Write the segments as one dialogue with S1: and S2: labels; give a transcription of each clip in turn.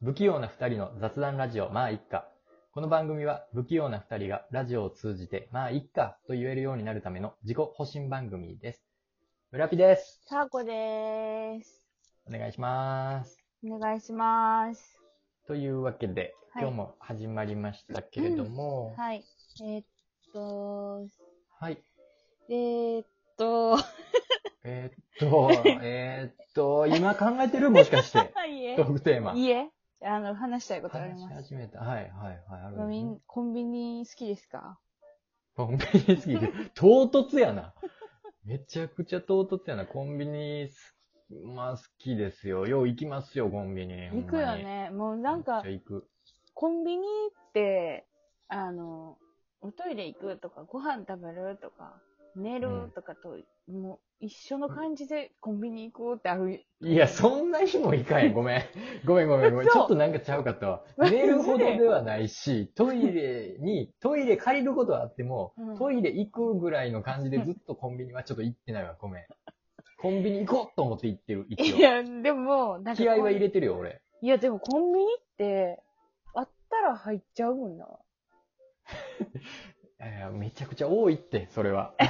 S1: 不器用な二人の雑談ラジオ、まあいっか。この番組は不器用な二人がラジオを通じて、まあいっかと言えるようになるための自己保身番組です。村ピです。
S2: さあこでーす。
S1: お願いします。
S2: お願いします。
S1: というわけで、
S2: はい
S1: 今日も始まりましたけれども、
S2: はい。えーっと、
S1: はい。
S2: えーっと、
S1: えーっ と、えーっと、今考えてるもしかして、
S2: いえ
S1: ト、ークテーマ。
S2: いえ、あの、話したいことあり
S1: 話し
S2: ます。
S1: 始めた。はい、はい、はい。ある
S2: コンビニコンビニ好きですか
S1: コンビニ好きで、 唐突やな。めちゃくちゃ唐突やな。コンビニす、まあ好きですよ。よう行きますよ、コンビニ。ほんまに
S2: 行くよ。ね。もうなん
S1: め、っ
S2: か
S1: ちゃ行く。
S2: コンビニって、あの、おトイレ行くとか、ご飯食べるとか、寝るとかと、もう一緒の感じでコンビニ行こうってある。
S1: いや、そんな日も行かへん。ごめん。ごめん、ごめん、ごめん。
S2: 嘘
S1: ちょっとなんかちゃうかったわ。
S2: マジ
S1: 寝るほどではないし、トイレに、トイレ借りることはあっても、
S2: うん
S1: トイレ行くぐらいの 感じでずっとコンビニはちょっと行ってないわ。ごめん。コンビニ行こうと思って行ってる。
S2: い
S1: 一応。
S2: や、でも、なんか。
S1: 気合は入れてるよ、俺。
S2: いや、でもコンビニって、あったら入っちゃうもんな。
S1: いやいやめちゃくちゃ多いって、それ は。あっ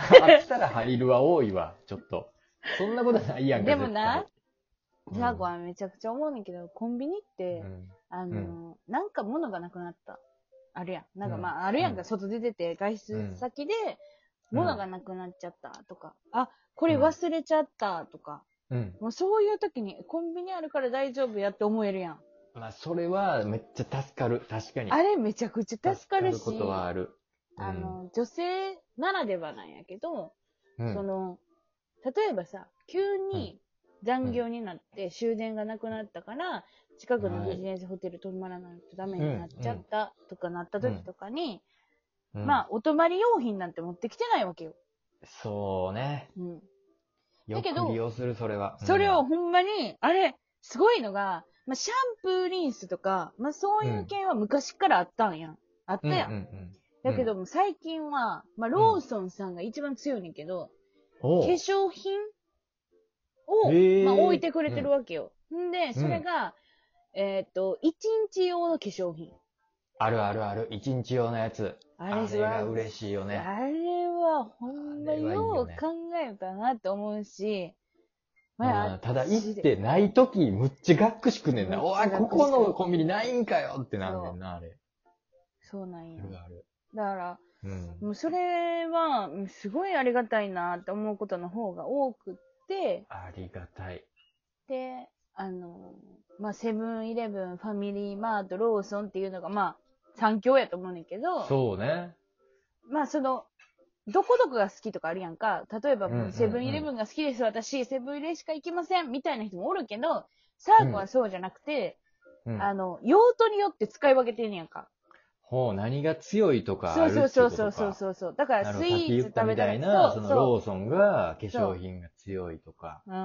S1: たら入るは多いわ、ちょっと。そんなことないやんか。
S2: でもな
S1: 絶うん
S2: ザーコはめちゃくちゃ思うねんだけど、コンビニっ
S1: 対、
S2: て、
S1: うん
S2: あの、なんか物がなくなった。あるやん。なんか
S1: うん
S2: まあ、あるやん
S1: う
S2: か、
S1: ん
S2: 外出てて、外出先で、
S1: うん
S2: 物がなくなっちゃったとか、あ、これ忘れちゃったとか、
S1: うん。
S2: もうそういう時に、コンビニあるから大丈夫やって思えるやん。
S1: まあ、それはめっちゃ助かる。確かに。
S2: あれめちゃくちゃ助かるし、
S1: 助ことはある。うん
S2: あ、の、女性ならではなんやけど、
S1: うん
S2: その、例えばさ、急に残業になって終電がなくなったから、近くのビジネスホテル泊まらないとダメになっちゃったとかなった時とかに、
S1: うん
S2: まあ、お泊まり用品なんて持ってきてないわけよ。
S1: そうね。
S2: うん。
S1: よ
S2: だ
S1: く
S2: けど
S1: 利用する、それは。
S2: それ
S1: う
S2: を
S1: ん、
S2: ほんまに、あれ、すごいのが、まあ、シャンプーリンスとか、まあ、そういう系は昔からあったんやん。あった
S1: うんうん
S2: やん。
S1: うん。
S2: だけども、最近は、まあ、ローソンさんが一番強いねんけど、
S1: お
S2: 化
S1: う、
S2: 粧品を、
S1: へー
S2: まあ、置いてくれてるわけよ。んで、それが、えーっと、1日用の化粧品。
S1: あるあるある。一日用のやつ。
S2: あ
S1: あ
S2: れ
S1: れが嬉
S2: し
S1: しいよ
S2: い
S1: ね。
S2: あれは、ほんま
S1: あれはいいよ
S2: よう
S1: ね
S2: 考えたなって思うし、
S1: うんただ行ってないとき、むっちゃがっくしくねんな。
S2: むっ
S1: お
S2: ちゃ
S1: い、
S2: がっくしく
S1: ここのコンビニないんかよってなんねんな、あれ。
S2: そうなん
S1: あ
S2: や。
S1: るある。
S2: だから、
S1: うん。
S2: もうそれは、うんすごいありがたいなって思うことの方が多くって、
S1: ありがたい。
S2: で、あの、まあ、セブンイレブン、ファミリーマート、ローソンっていうのが、まあ、三強やと思うねんけど、
S1: そうね。
S2: まあその、どこどこが好きとかあるやんか。例えば
S1: うんうんう、ん
S2: セブンイレブンが好きです、私、セブンイレしか行きません、みたいな人もおるけど、サーコはそうじゃなくて、
S1: うん。
S2: あの、用途によって使い分けてんねやんか。
S1: ほう、何が強いとかあ
S2: そう
S1: るって
S2: そ
S1: こ
S2: う
S1: とか。
S2: そうそうそうそうそう。だから、
S1: なる
S2: ス
S1: ほ
S2: イ
S1: ど。さっき
S2: ー
S1: 言
S2: ツ
S1: った
S2: 食べ
S1: み
S2: た
S1: たい
S2: ら
S1: な、そのロ
S2: そ
S1: ーソンが化
S2: そ
S1: 粧
S2: う
S1: 品が強いとか。
S2: う。うん。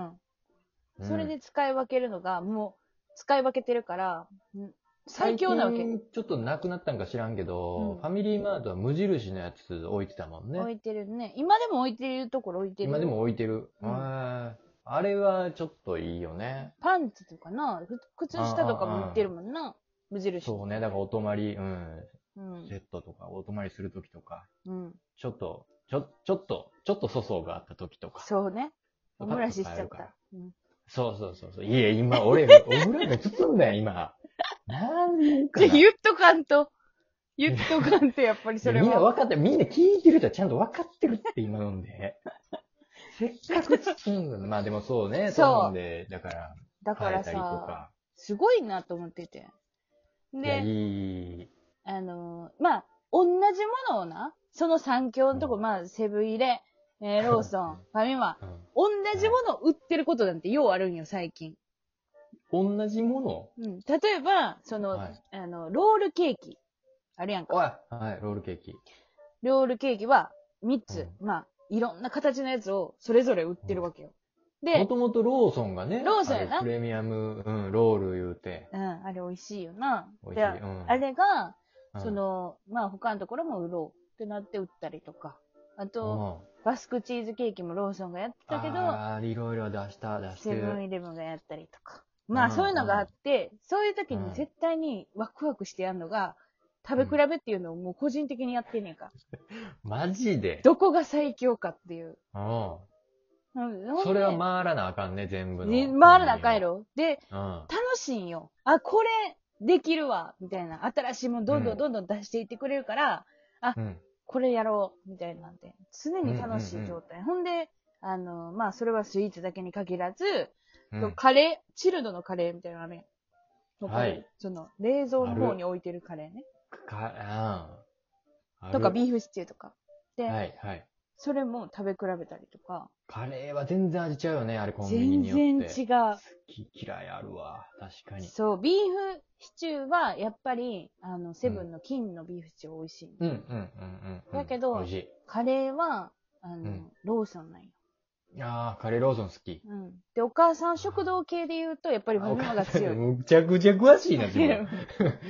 S1: うん
S2: それで使い分けるのが、もう、使い分けてるから、うん最強なわけ。
S1: 最近ちょっとなくなったんか知らんけど、
S2: うん
S1: ファミリーマートは無印のやつ置いてたもんね。
S2: 置いてるね。今でも置いてるところ置いてる。
S1: 今でも置いてる。
S2: うん
S1: あーあれはちょっといいよね。
S2: パンツとかな、ふ靴下とかも売ってるもんな。無印。
S1: そうね。だからお泊まり、うん。
S2: うん
S1: セ。ットとか、お泊まりするときとか、
S2: うん。
S1: ちょっと、ちょ、ちょっと、ちょっと粗相があったときとか。
S2: そうね。オムライスしち
S1: パ
S2: ゃ
S1: ッと
S2: っ
S1: 買えるから
S2: た。うん
S1: そうそうそうそう。いえ、今、俺、 オムライス包んだよ、今。なんで言うか
S2: じゃ
S1: な
S2: あ言っとかん と。言っとかん と、やっぱりそれ
S1: みんな
S2: は。
S1: 分かって、みんな聞いてる人はちゃんと分かってるって、今飲んで。せっかく包んだの。まあでもそうね、
S2: そう
S1: 飲んで、だから、
S2: だか
S1: 変え
S2: ら
S1: たりと
S2: さ、
S1: か。
S2: すごいなと思ってて。
S1: いや、い
S2: で、
S1: い。
S2: あのー、まあ、同じものをな、その三強のとこ、
S1: うん
S2: まあ、セブン入れ、えーローソン、ファミマ、同じものを売ってることなんてようあるんよ、最近。
S1: うん、同じもの
S2: うん。例えば、その、
S1: はい
S2: あの、ロールケーキ。あるやんか。
S1: おいはい、ロールケーキ。
S2: ロールケーキは3つ、まあ、いろんな形のやつをそれぞれ売ってるわけよ。
S1: も
S2: で、
S1: ともとローソンがね、
S2: ローソンやな
S1: あれプレミアム、うん、ロール言うて。
S2: うん、あれ美味しいよな。
S1: 美
S2: で
S1: 味しい。うん、
S2: あれが、
S1: うん、
S2: その、まあ他のところも売ろうってなって売ったりとか。あ
S1: うん、
S2: と、バスクチーズケーキもローソンがやってたけど、
S1: あーいろいろ出した、出して
S2: セブン
S1: る。
S2: イレブンがやったりとか。ま
S1: う
S2: あ
S1: ん
S2: そういうのがあって、そういう時
S1: うん
S2: に絶対にワクワクしてやるのが、食べ比べっていうのをもう個人的にやってんねんか。
S1: マジで
S2: どこが最強かっていう。
S1: うん。
S2: うんほんで
S1: それは回らなあかんね、全部の。
S2: ね回らなあかんやろ。で、
S1: うん。
S2: 楽しいんよ。あ、これできるわ、みたいな。新しいもんどんどんどんどん出していってくれるから、
S1: うん。
S2: これやろう、みたいなんで。常に楽しい状態。ほんで、あの、まあ、それはスイーツだけに限らず、
S1: う。
S2: そうんカレー、チルドのカレーみたいなのあるやん。わかる
S1: はい
S2: その、冷蔵の方に置いてるカレーね。
S1: か、うん。
S2: とか、
S1: ある
S2: ビーフシチューとか。で、
S1: はい、はい。
S2: それも食べ比べたりとか。
S1: カレーは全然味ちゃうよね、あれコンビニ
S2: 全
S1: によって。
S2: 然違
S1: う。
S2: う。
S1: き嫌いあるわ。確かに。
S2: そう、ビーフシチューは、やっぱり、あの、セブンの金のビーフシチュー美味しい。
S1: うん、うん、うん、うん。
S2: だけど
S1: 美味し
S2: カレーは、あの、
S1: ん
S2: ローソンなんよ。
S1: い。ああ、カレーローソン好き。
S2: うん。で、お母さん食堂系で言うと、やっぱり
S1: あ
S2: マ
S1: お
S2: マ
S1: 母
S2: が
S1: さん
S2: 強い。
S1: むちゃくちゃ詳しいな、自
S2: いや
S1: 分。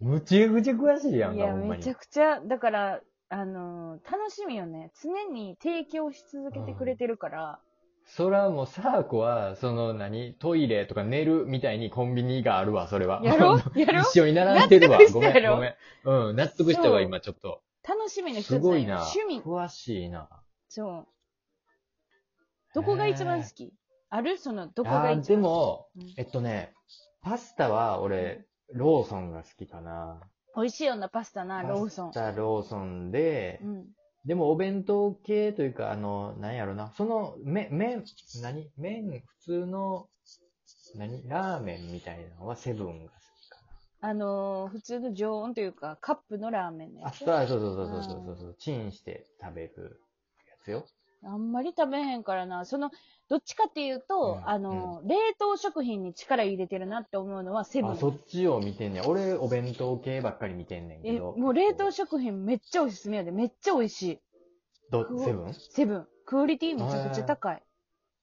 S1: むちゃくちゃ詳しいやん
S2: い
S1: か、
S2: や、
S1: ほんま
S2: め
S1: に
S2: ちゃ。くちゃ、だから、あのー楽しみよね。常に提供し続けてくれてるから、
S1: そらもう、サーコは、その何、トイレとか寝るみたいにコンビニがあるわ、それは。
S2: やろやろ
S1: 一緒に並んでるわ
S2: 納。得
S1: ご
S2: し
S1: め
S2: た
S1: ん、
S2: やろ
S1: ごめん。うん、納得したわ、
S2: そう
S1: 今ちょっと。
S2: 楽しみの一つ
S1: す
S2: だよ
S1: ごいな。
S2: 趣味。
S1: 詳しいな。
S2: そう。どこが一番好きあるその、どこが
S1: あ
S2: 一番
S1: ー
S2: 好き
S1: で、も、
S2: うん
S1: えっとね、パスタは俺、ローソンが好きかな。
S2: 美味しいようなパスタな、ローソ
S1: パ
S2: ン
S1: ス。タローソンで、
S2: うん。
S1: でもお弁当系というか、あの、なんやろな、その、め、麺、何麺、普通の、何ラーメンみたいなのはセブンが好きか
S2: あのー普通の常温というか、カップのラーメン
S1: な。
S2: のや
S1: あ、
S2: つ。
S1: そうそうそうそうそうそうそう、チンして食べるやつよ。
S2: あんまり食べへんからな。その、どっちかっていうと、
S1: うん
S2: あのー冷凍食品に力入れてるなって思うのはセブ
S1: あ、
S2: ン。
S1: そっちを見てんねん。俺、お弁当系ばっかり見てんねんけ
S2: え、
S1: ど。
S2: もう冷凍食品めっちゃおすすめやで。めっちゃ美味しい。
S1: ど、セブンへ
S2: セブン。クオリティめちゃくちゃ高い。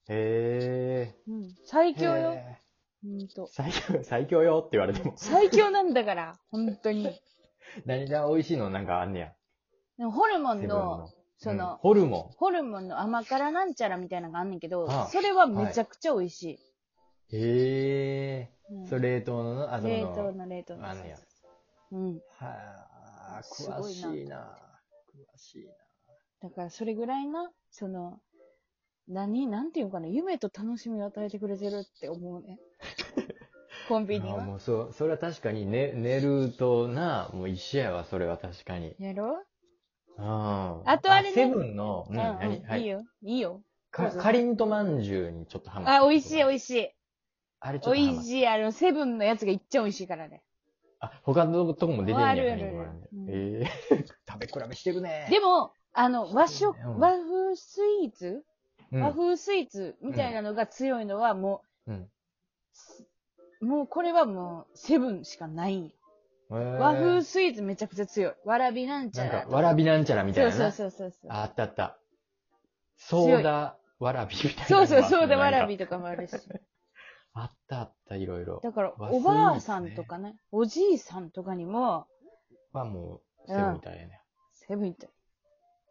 S1: え。
S2: うん。最強よ。
S1: へ
S2: ほん
S1: ー。。
S2: と
S1: 最強、最強よって言われても。
S2: 最強なんだから、本当に。
S1: 何が美味しいのなんかあんねや。
S2: でもホルモ
S1: セブ
S2: ン
S1: ン
S2: の、
S1: の。
S2: そ
S1: うん
S2: の、
S1: ホルモ
S2: ホルモンの甘辛なんちゃらみたいなのがあんねんけど
S1: ああ、
S2: それはめちゃくちゃ美味しい。
S1: ン。へえ。
S2: うん
S1: それ冷凍の、あ、その、
S2: 冷凍の冷凍の。
S1: あんねや。
S2: うん。
S1: はあ、
S2: すご
S1: 詳
S2: い
S1: し
S2: ない
S1: な。詳しいな。
S2: だからそれぐらいな、その、何、なんていうのかな、夢と楽しみを与えてくれてるって思う ね。コンビニ
S1: あ
S2: は。
S1: もうそう、それは確かに、ね、寝るとな、もう一緒やわ、それは確かに。
S2: やろ
S1: あ
S2: あとあれね
S1: セブンの、
S2: う
S1: うん、何、はい
S2: い
S1: い。
S2: よ。いいよ。
S1: か、かりんとまんじゅうにちょっとハマって
S2: あ、美味しい、美
S1: い。
S2: 味しい。
S1: あれちょっと
S2: 美
S1: ハマっ
S2: 味
S1: た。
S2: しい。あの、セブンのやつがいっちゃ美味しいからね。
S1: あ、他のとこも出てんね
S2: ある
S1: や、か
S2: ある
S1: りんとまんじ
S2: う
S1: ゅ
S2: ん
S1: う。ええ 食べ比べしてるね。
S2: でも、あの、和食、
S1: うん
S2: 和風スイーツ、
S1: うん
S2: 和風スイーツみたいなのが強いのはも
S1: うん。
S2: う、もうこれはもう、セブンしかないんよ。和
S1: 和
S2: 風スイーツめちゃくちゃ強い。わらびなんち
S1: な
S2: ゃ
S1: ん
S2: ら
S1: か
S2: と、か。
S1: わらびなんちゃらみたいなな。
S2: そうそうそうそう。
S1: ああったあった。ソーダ、わらびみたいな
S2: そ
S1: の
S2: う
S1: が。
S2: そう、そうだ、わら
S1: なんか。
S2: びとかもあるし。
S1: あったあった、いろいろ。
S2: だから、
S1: 和
S2: おばあ
S1: スイ
S2: さ
S1: ーツね
S2: んとかね、おじいさんとかにも、
S1: はもう、セブンみたいやね。
S2: セブンって、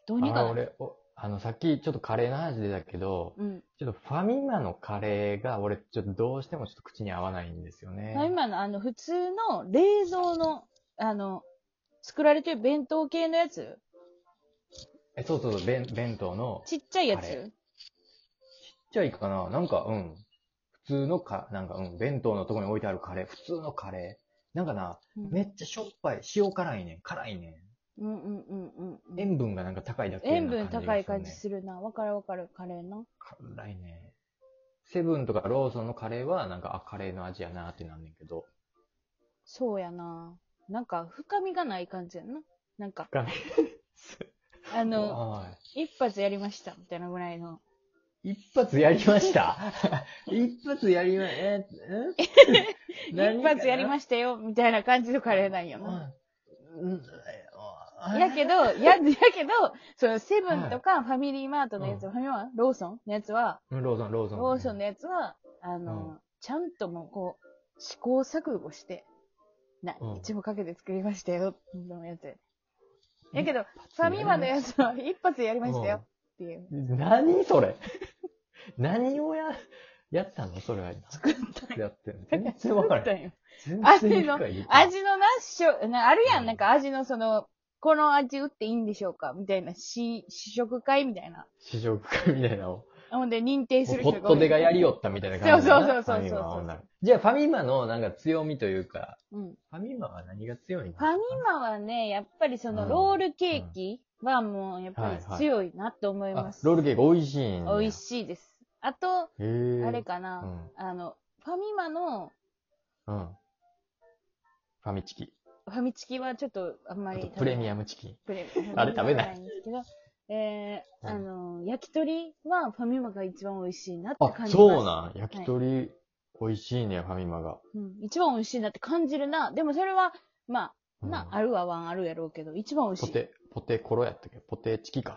S2: どうに
S1: あ
S2: か
S1: ー
S2: なる。
S1: 俺、おあの、さっきちょっとカレーの話出たけど、
S2: うん。
S1: ちょっとファミマのカレーが、俺、ちょっとどうしてもちょっと口に合わないんですよね。
S2: まあ今の、あの、普通の冷蔵の、あの、作られてる弁当系のやつ
S1: え、そうそうそう、弁弁当の、ちっ
S2: ちっちゃいや
S1: あれ
S2: つ
S1: ちゃいかななんか、うん。普通のか、なんか、うん、弁当のとこに置いてあるカレー、普通のカレー。なんかな、
S2: うん
S1: めっちゃしょっぱい、塩辛いねん、辛いね
S2: うんうんうんうんうん
S1: ん。塩分がなんか高いだけな
S2: 塩分
S1: がする
S2: 高い感
S1: ね
S2: じするな。わかるわかる、カレーな。
S1: 辛いね。セブンとかローソンのカレーは、なんか、あ、カレーの味やなってなんねんけど。
S2: そうやな。なんか、深みがない感じやな。なんか、
S1: 深み
S2: あの、
S1: は
S2: 一発やりました、みたいなぐらいの。
S1: い一発やりました 一発やりま、え、 ん
S2: 一発やりましたよ、みたいな感じのカレーなんよな。
S1: うんうん
S2: やけど、や、やけど、そのセブンとかファミリーマートのやつ、
S1: うん
S2: ファミマローソンのやつは、
S1: うんローソン、ローソン。
S2: ローソンのやつは、あの、
S1: うん
S2: ちゃんともうこう、試行錯誤して、
S1: うん
S2: 何日もかけて作りましたよ、のやつ。
S1: うん
S2: やけど、
S1: 一
S2: ファ
S1: 発
S2: ミ
S1: や
S2: マ
S1: り
S2: の
S1: ま
S2: や
S1: し
S2: つは一発やりましたよ、っていう。
S1: 何それ何をや、やったのそれは。
S2: 作ったんよ。
S1: やってんの全然わからな
S2: 作っ
S1: い。
S2: たんよ
S1: 全
S2: 味
S1: 然理
S2: の
S1: 解できない。
S2: 味のなしょ、なあるや
S1: うん
S2: ん、なんか味のその、この味打っていいんでしょうかみたいな、し、試食会みたいな。
S1: 試食会みたいなのを。
S2: ほんで、認定する
S1: ホ
S2: 人
S1: ットでがやりよったみたいな感じだな
S2: そうそうそうそ
S1: フ
S2: うそう
S1: ァミマはほんならじゃあファミマのなんか強みというか、
S2: うん。
S1: ファミマは何が強いんです
S2: フ
S1: か
S2: ァミマはね、やっぱりそ
S1: うん
S2: の、ロールケーキはもう、やっぱり強いなと思いま
S1: あ
S2: す。
S1: ロールケーキ美味しいんや。
S2: 美味しいです。あと、
S1: へー
S2: あれか
S1: う
S2: な、
S1: ん。
S2: あの、ファミマの、
S1: うん。ファミチキ。
S2: ファミチキはちょっとあんま
S1: あ
S2: り
S1: と
S2: 食べない
S1: プレミアムチキン。
S2: プレ
S1: あれ食べない
S2: んですけど、え
S1: う
S2: ー、
S1: ん
S2: あの、焼き鳥はファミマが一番美味しいなって
S1: あ、
S2: 感じます。
S1: そうなん。焼き鳥、美味しいね、ファミマが。
S2: うん。一番美味しいなって感じるな。でもそれは、まあ、
S1: うん
S2: な、あるはワンあるやろうけど、一番美味し
S1: ポ
S2: い。ポテ
S1: テ、ポテコロやったっけポテチキか。
S2: チ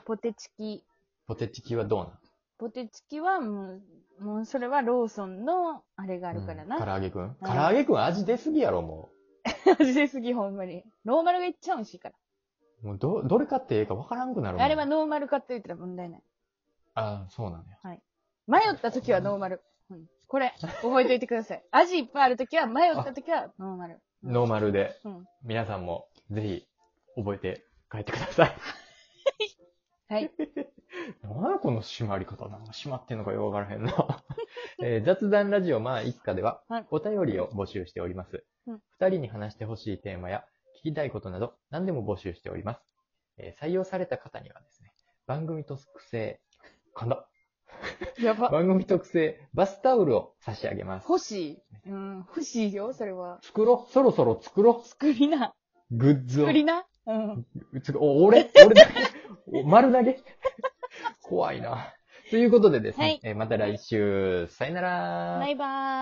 S2: キ。
S1: ポテチキはどうなん
S2: ポテチキはもう、もうそれはローソンのあれがあるから
S1: うん唐
S2: な。
S1: 揚げくん
S2: うん
S1: 唐揚げくん味出すぎやろ、も
S2: 味ですぎ、ほんまに。ノーマルがいっちゃ美味しいか
S1: う。もうど、どれ買ってええかわからんくなるもん。
S2: ら。あれはノーマル買って言ったら問題ない。
S1: あーそうなのよ。
S2: 迷った時はノーマル。うん。これ、覚えておいてください。 味いっぱいある時は、迷った時はノーマル。うん
S1: ノーマルで、
S2: うん。
S1: 皆さんもぜひ覚えて帰ってください。
S2: はい。
S1: なんやこの締まり方なんか締まってんのかよくわからへんな、 えー雑談ラジオまあ一家では
S2: はい
S1: お便りを募集しております。
S2: う
S1: 二、
S2: ん
S1: 人に話してほしいテーマや聞きたいことなど何でも募集しております。えー採用された方にはですね、番組特製、噛んだ
S2: やば。
S1: 番組特製バスタオルを差し上げます。
S2: 欲しい。うん、欲しいよ、それは。
S1: 作ろうそろそろ作ろ
S2: 作りな。
S1: うグッズを
S2: 作。りな。うん。
S1: うつお俺俺だけお丸投げ怖いな。ということでですね、
S2: はい
S1: えーまた来週、さよなら
S2: バイバーイ。